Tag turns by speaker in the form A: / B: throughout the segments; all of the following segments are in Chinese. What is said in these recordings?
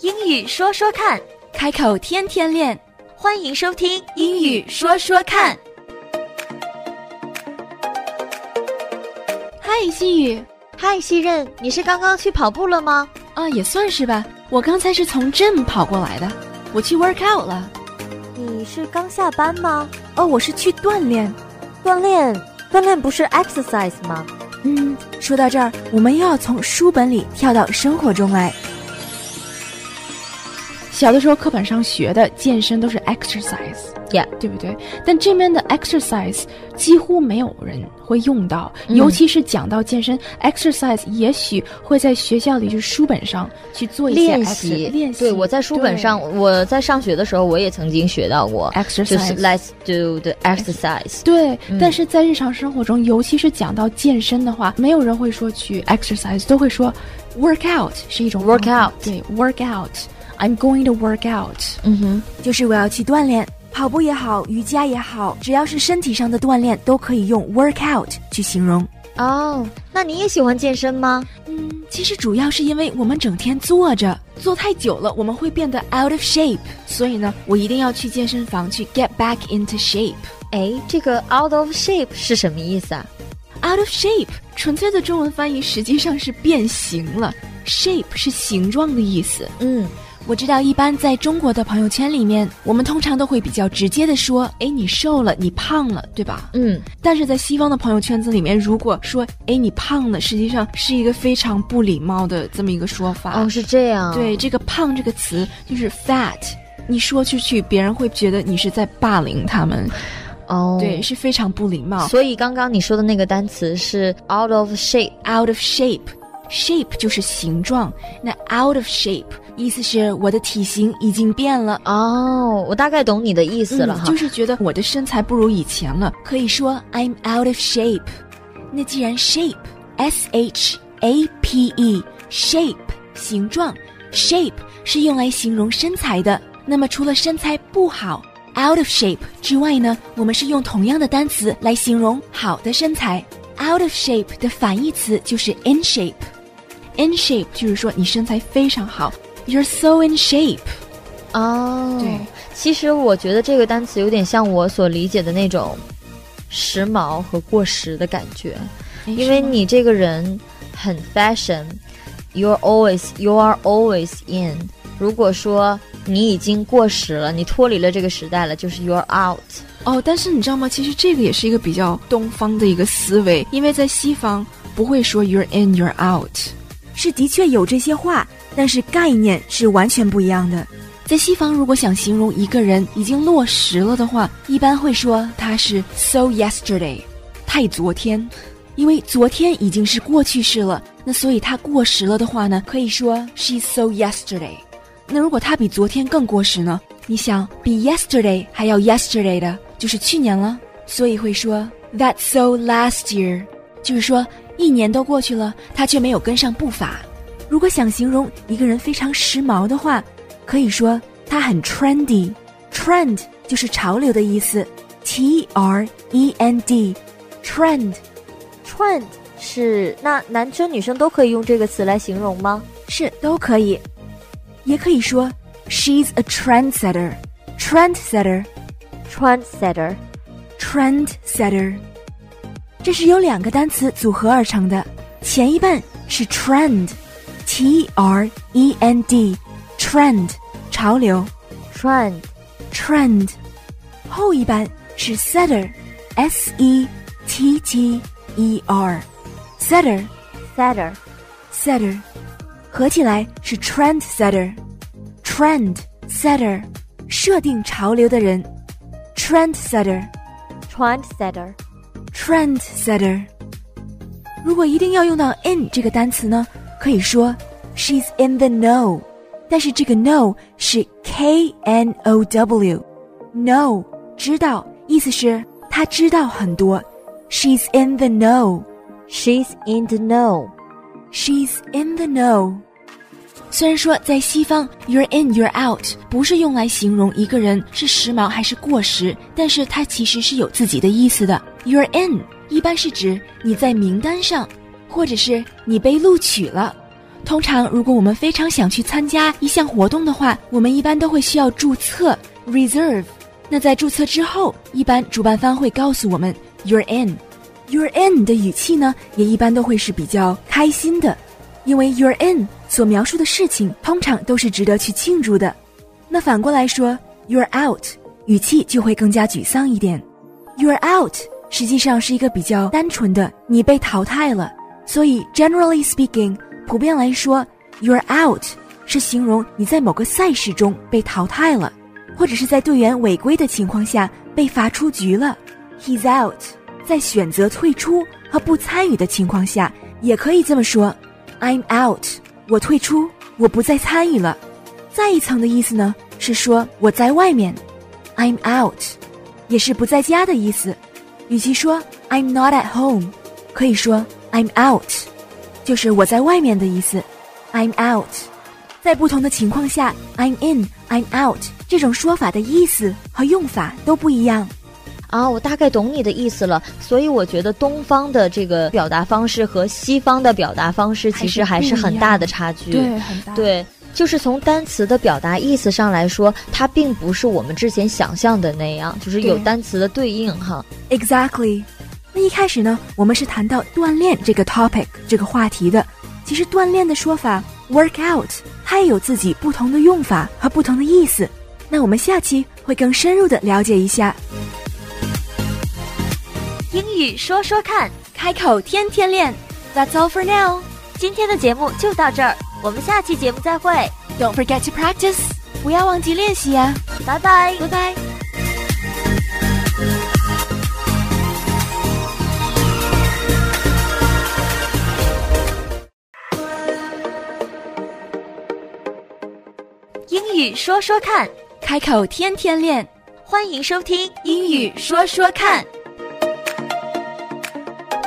A: 英语说说看，
B: 开口天天练，
A: 欢迎收听《英语说说看》。
B: 嗨，西雨，
A: 嗨，西任，你是刚刚去跑步了吗？
B: 啊，也算是吧。我刚才是从 gym 跑过来的，我去 work out 了。
A: 你是刚下班吗？
B: 哦，我是去锻炼。
A: 锻炼，锻炼不是 exercise 吗？
B: 嗯，说到这儿，我们又要从书本里跳到生活中来。小的时候课本上学的健身都是 exercise，
A: Yeah
B: 对不对？但这边的 exercise 几乎没有人会用到，
A: 嗯
B: 尤其是讲到健身 exercise，也许会在学校里就是书本上去做一些
C: 练
B: exer-
C: 习，
B: 练习。
C: 对，我在书本
B: 对
C: 上，我在上学的时候，我也曾经学到过，就是
B: exercise
C: let's do the exercise。
B: 对，
C: 嗯
B: 但是在日常生活中，尤其是讲到健身的话，没有人会说去 exercise，都会说 work out 是一种方法
C: Workout
B: 对 work out。I'm going to work out。
C: 嗯哼，
D: 就是我要去锻炼，跑步也好，瑜伽也好，只要是身体上的锻炼，都可以用 work out 去形容。
A: 哦，那你也喜欢健身吗？
B: 嗯，
D: 其实主要是因为我们整天坐着，
B: 坐太久了，我们会变得 out of shape。所以呢，我一定要去健身房去 get back into shape。
A: 哎，这个 out of shape
C: 是什么意思啊？
B: out of shape 纯粹的中文翻译实际上是变形了，shape 是形状的意思。
C: 嗯，
D: 我知道一般在中国的朋友圈里面，
B: 我们通常都会比较直接的说，哎，你瘦了，你胖了，对吧？
C: 嗯，
B: 但是在西方的朋友圈子里面，如果说“哎，你胖了”，实际上是一个非常不礼貌的这么一个说法。
D: 啊
C: 哦，是这样。，
B: 对，这个“胖”这个词就是 fat，你说出去，别人会觉得你是在霸凌他们，
C: 哦，
B: 对，。是非常不礼貌。
C: 所以刚刚你说的那个单词是 out of shape。
B: out of shape。shape 就是形状，那 out of shape 意思是我的体型已经变了，
C: 哦，我大概懂你的意思了
B: 嗯
C: 哈。
B: 就是觉得我的身材不如以前了。
D: 可以说 I'm out of shape。那既然 shape S H A P E shape 形状，shape 是用来形容身材的。那么除了身材不好 out of shape 之外呢，我们是用同样的单词来形容好的身材。out of shape 的反义词就是 in shape。in shape 就是说你身材非常好，you're so in shape。
C: 哦，
B: 对，
C: 其实我觉得这个单词有点像我所理解的那种时髦和过时的感觉，
B: 哎
C: 因为
B: 是吗
C: 你这个人很 fashion，you're always you are always in。如果说你已经过时了，你脱离了这个时代了，就是 you're out。
B: 哦，但是你知道吗？其实这个也是一个比较东方的一个思维，因为在西方不会说 you're in you're out。
D: 是的确有这些话，但是概念是完全不一样的。
B: 在西方，如果想形容一个人已经落实了的话，一般会说他是 so yesterday，太昨天，
D: 因为昨天已经是过去式了，那所以它过时了的话呢，可以说 she's so yesterday。那如果它比昨天更过时呢？你想，比 yesterday 还要 yesterday 的就是去年了，所以会说 that's so last year，就是说一年都过去了，它却没有跟上步伐。如果想形容一个人非常时髦的话，可以说他很 trendy。trend 就是潮流的意思，t r e n d，trend。
A: trend 是那男生女生都可以用这个词来形容吗？
D: 是都可以，也可以说 she's a trendsetter, trendsetter,
A: trendsetter。
D: trendsetter。这是由两个单词组合而成的，前一半是 trend，t r e n d，trend 潮流
A: trend
D: trend，后一半是 setter，s e t t e r，setter
A: setter
D: setter，合起来是 trend setter。trend setter，设定潮流的人。trend setter。
A: trendsetter
D: trendsetter。如果一定要用到 in 这个单词呢，可以说 she's in the know，但是这个 know 是 k n o w，know 知道，意思是她知道很多。she's in the know，she's
A: she's in the know
D: in the know。虽然说在西方，you're in you're out 不是用来形容一个人是时髦还是过时，但是它其实是有自己的意思的。you're in 一般是指你在名单上，或者是你被录取了。通常，如果我们非常想去参加一项活动的话，我们一般都会需要注册 （reserve）。那在注册之后，一般主办方会告诉我们 “you're in”。“you're in” 的语气呢，也一般都会是比较开心的，因为 “you're in” 所描述的事情通常都是值得去庆祝的。那反过来说，“you're out”，语气就会更加沮丧一点。“you're out” 实际上是一个比较单纯的“你被淘汰了”，所以 generally speaking。普遍来说，you're out 是形容你在某个赛事中被淘汰了，或者是在队员违规的情况下被罚出局了。He's out，在选择退出和不参与的情况下，也可以这么说：I'm out，我退出，我不再参与了。再一层的意思呢，是说我在外面，I'm out，也是不在家的意思。与其说 I'm not at home，可以说 I'm out。就是我在外面的意思，I'm out。在不同的情况下，I'm in、I'm out 这种说法的意思和用法都不一样。
C: 啊，我大概懂你的意思了，所以我觉得东方的这个表达方式和西方的表达方式其实还是很大的差距。
B: 对，很
A: 嗯
B: 大。
C: 对，就是从单词的表达意思上来说，它并不是我们之前想象的那样，就是有
B: 对
C: 单词的对应哈。
D: Exactly。那一开始呢，我们是谈到锻炼这个 topic 这个话题的。其实锻炼的说法 work out，它也有自己不同的用法和不同的意思。那我们下期会更深入的了解一下。
A: 英语说说看，
D: 开口天天练，That's all for now。
A: 今天的节目就到这儿，我们下期节目再会，
D: Don't forget to practice，不要忘记练习啊呀、
A: 拜拜。
D: 拜拜。
A: 英语说说看，
D: 开口天天练，
A: 欢迎收听
D: 英语说说看。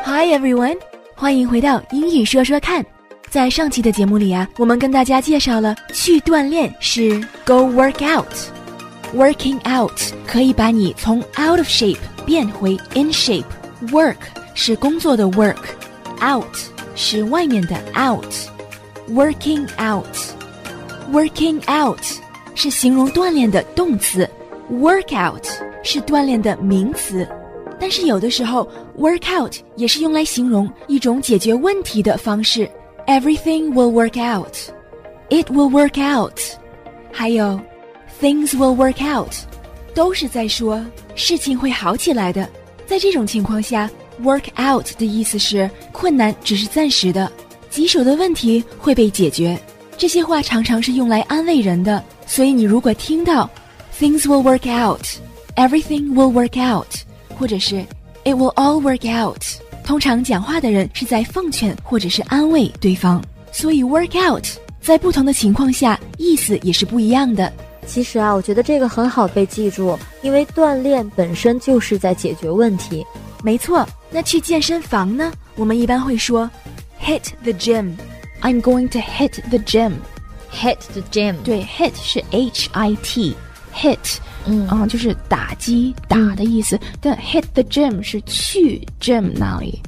D: Hi everyone，欢迎回到英语说说看。在上期的节目里啊，我们跟大家介绍了去锻炼是 go work out，working out 可以把你从 out of shape 变回 in shape。work 是工作的 work，out 是外面的 out，working out。Working out 是形容锻炼的动词，workout 是锻炼的名词。但是有的时候，workout 也是用来形容一种解决问题的方式。Everything will work out. It will work out. 还有，things will work out，都是在说事情会好起来的。在这种情况下，work out 的意思是困难只是暂时的，棘手的问题会被解决。这些话常常是用来安慰人的，所以你如果听到 things will work out, everything will work out，或者是 it will all work out，通常讲话的人是在奉劝或者是安慰对方。所以 work out 在不同的情况下意思也是不一样的。
A: 其实啊，我觉得这个很好被记住，因为锻炼本身就是在解决问题。
D: 没错，那去健身房呢，我们一般会说 hit the gym。I'm going to hit the gym。
C: Hit the gym，
B: 对，hit 是 H I T，hit，
C: 嗯
B: 嗯，就是打击、
D: 嗯
B: 打的意思。但 hit the gym 是去 gym 那里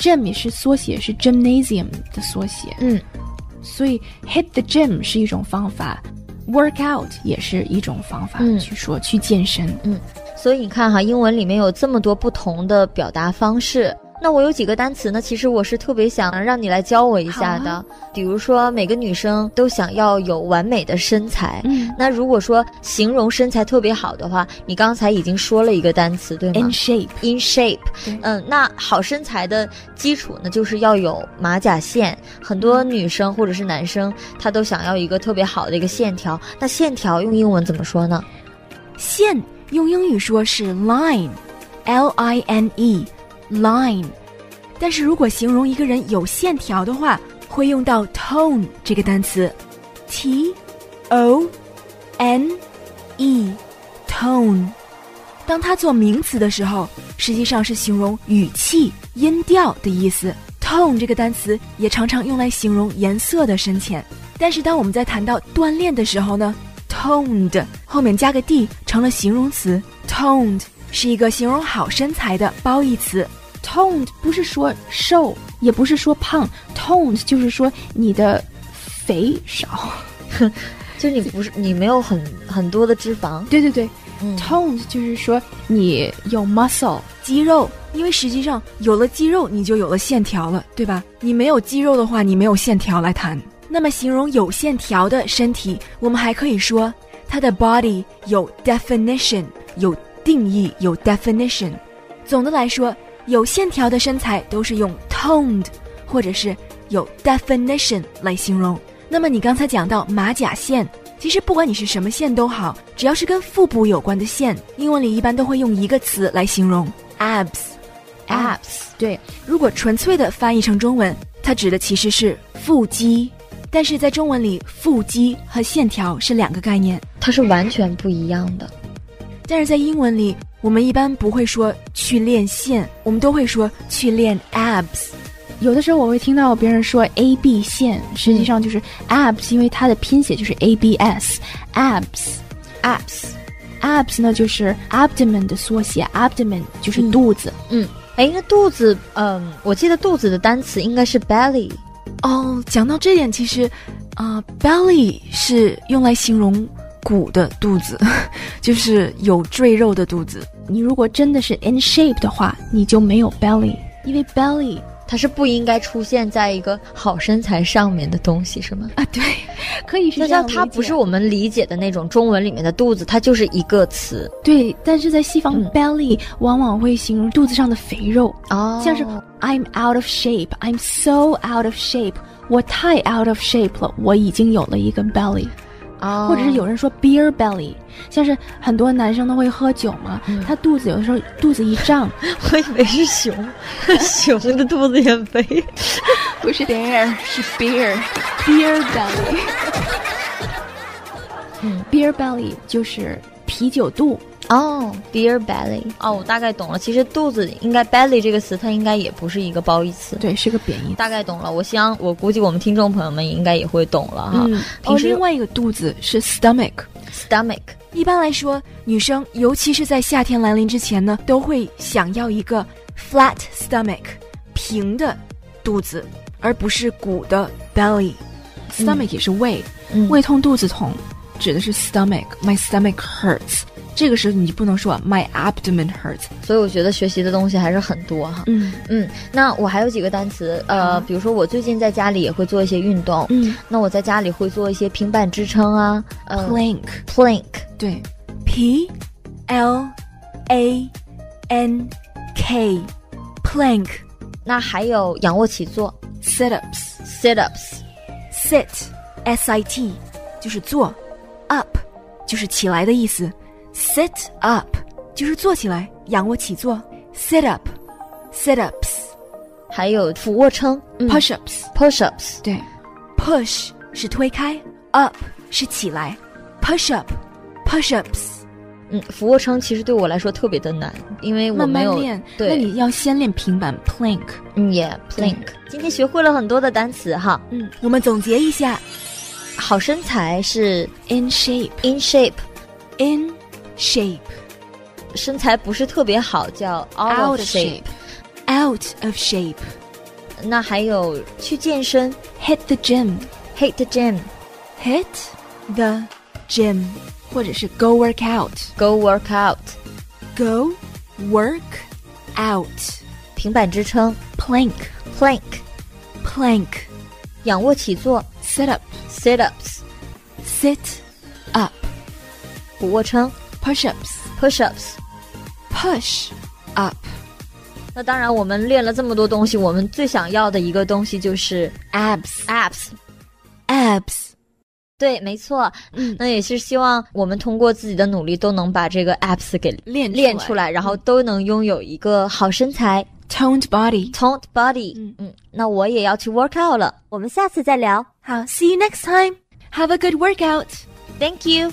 B: ，gym 也是缩写，是 gymnasium 的缩写。
C: 嗯，
B: 所以 hit the gym 是一种方法，workout 也是一种方法
C: 嗯
B: 去说去健身。
C: 所以你看哈，英文里面有这么多不同的表达方式。那我有几个单词呢？其实我是特别想让你来教我一下的。
B: 好啊
C: 比如说，每个女生都想要有完美的身材。
B: 嗯
C: 那如果说形容身材特别好的话，你刚才已经说了一个单词，对吗
B: ，in shape。
C: in shape，
B: 对
C: 嗯，那好身材的基础呢，就是要有马甲线。很多女生或者是男生，他都想要一个特别好的一个线条。那线条用英文怎么说呢？
D: 线用英语说是 line，L I N E line，但是如果形容一个人有线条的话，会用到 tone 这个单词，T O N E tone。当它做名词的时候，实际上是形容语气、音调的意思。tone 这个单词也常常用来形容颜色的深浅。但是当我们在谈到锻炼的时候呢，toned 后面加个 d 成了形容词，toned 是一个形容好身材的褒义词。
B: toned 不是说瘦，也不是说胖，toned 就是说你的肥少。
C: 就是你不是你没有很很多的脂肪，
B: 对对对
C: 嗯，
B: ，toned 就是说你有 muscle，
D: 肌肉，因为实际上有了肌肉，你就有了线条了，对吧？你没有肌肉的话，你没有线条来谈。那么，形容有线条的身体，我们还可以说它的 body 有 definition，有定义，有 definition。总的来说，有线条的身材都是用 toned 或者是有 definition 来形容。那么你刚才讲到马甲线，其实不管你是什么线都好，只要是跟腹部有关的线，英文里一般都会用一个词来形容 abs。
C: abs
B: 对，
D: 如果纯粹的翻译成中文，它指的其实是腹肌，但是在中文里，腹肌和线条是两个概念。
C: 它是完全不一样的。
D: 但是在英文里，我们一般不会说去练线，我们都会说去练 abs。
B: 有的时候我会听到别人说 A B 线，实际上就是 abs，因为它的拼写就是 A B S abs。
C: abs，
B: abs 呢就是 abdomen 的缩写，abdomen 就是
D: 嗯
B: 肚子。
C: 哎，那肚子，嗯，我记得肚子的单词应该是 belly，
D: 哦，讲到这点，其实，啊、b e
B: 呃
D: l l y 是用来形容鼓的肚 子，就是有赘肉的肚子。
B: 你如果真的是 in shape 的话，你就没有 belly，因为 belly
C: 它是不应该出现在一个好身材上面的东西，是吗？
B: 啊，对，可以是
C: 那
B: 这
C: 像
B: 样
C: 它
B: 理解
C: 不是我们理解的那种中文里面的肚子，它就是一个词
B: 对，但是在西方、
C: 嗯
B: belly 往往会形容肚子上的肥肉，
C: 哦
B: 像是 I'm out of shape，I'm so out of shape，我太 out of shape 了，我已经有了一个 belly。
C: 哦
B: 或者是有人说 beer belly，像是很多男生都会喝酒嘛，他肚子有的时候肚子一胀，
C: 我以为是熊， 熊的肚子也肥。
B: 不是 beer 是 beer beer belly，
C: 嗯
B: ，beer belly 就是啤酒肚，
C: 哦、b e e r belly。哦，我大概懂了。其实肚子应该 belly 这个词，它应该也不是一个褒义词。
B: 对，是个贬义。
C: 大概懂了。我想，我估计我们听众朋友们应该也会懂了哈。
B: 嗯，
D: 哦，
C: 啊平时
D: 另外一个肚子是 stomach。
C: stomach，
D: 一般来说，女生尤其是在夏天来临之前呢，都会想要一个 flat stomach，平的肚子，而不是鼓的 belly。
B: stomach 也是胃，
C: 嗯
B: 胃痛肚子痛，指的是 stomach，my stomach hurts。这个时候你就不能说 my abdomen hurts。
C: 所以我觉得学习的东西还是很多哈。
B: 嗯
C: 嗯，那我还有几个单词，呃，比如说我最近在家里也会做一些运动，
B: 嗯
C: 那我在家里会做一些平板支撑啊，呃
B: ，plank
C: ，plank，
B: 对
D: P L A N K plank
C: 那还有仰卧起坐
D: sit ups
C: ，sit ups，
D: sit S I T 就是坐，up 就是起来的意思，sit up 就是坐起来，仰卧起坐，sit up sit ups
C: 还有俯卧撑、嗯
B: push ups，
C: push ups，
B: 对
D: push 是推开，up 是起来，push up push ups
C: 嗯，俯卧撑其实对我来说特别的难，因为嗯我
B: 慢
C: 没
B: 慢
C: 有
B: 练。那
C: 对
B: 你要先练平板 plank。
C: 嗯也 plank。今天学会了很多的单词哈，
B: 嗯
D: 我们总结一下
C: 好身材是
B: ，in shape
C: in shape，
D: ，in shape
C: 身材不是特别好叫 out
B: out
C: of
B: of
C: shape
B: shape。
D: out of shape
C: 那还有去健身
B: hit the gym，
C: hit the gym
D: hit the gym
B: 或者是 go work out。
C: go work out
D: go work out
C: 平板支撑
B: plank
C: plank
D: plank
C: 仰卧起坐
B: sit up
C: sit ups
D: sit up
C: 俯卧撑
B: push ups
C: push ups。
D: push up
C: 那当然，我们练了这么多东西，我们最想要的一个东西就是
B: abs
C: abs。
D: abs
C: 对，没错，
B: 嗯
C: 那也是希望我们通过自己的努力都能把这个 abs 给
B: 练
C: 练出
A: 嗯
C: 来，然后都能拥有一个好身材
D: toned body
C: ，toned body。嗯嗯，那我也要去 work out 了
A: 我们下次再聊。
D: 好 see you next time have a good workout
C: ，Thank you。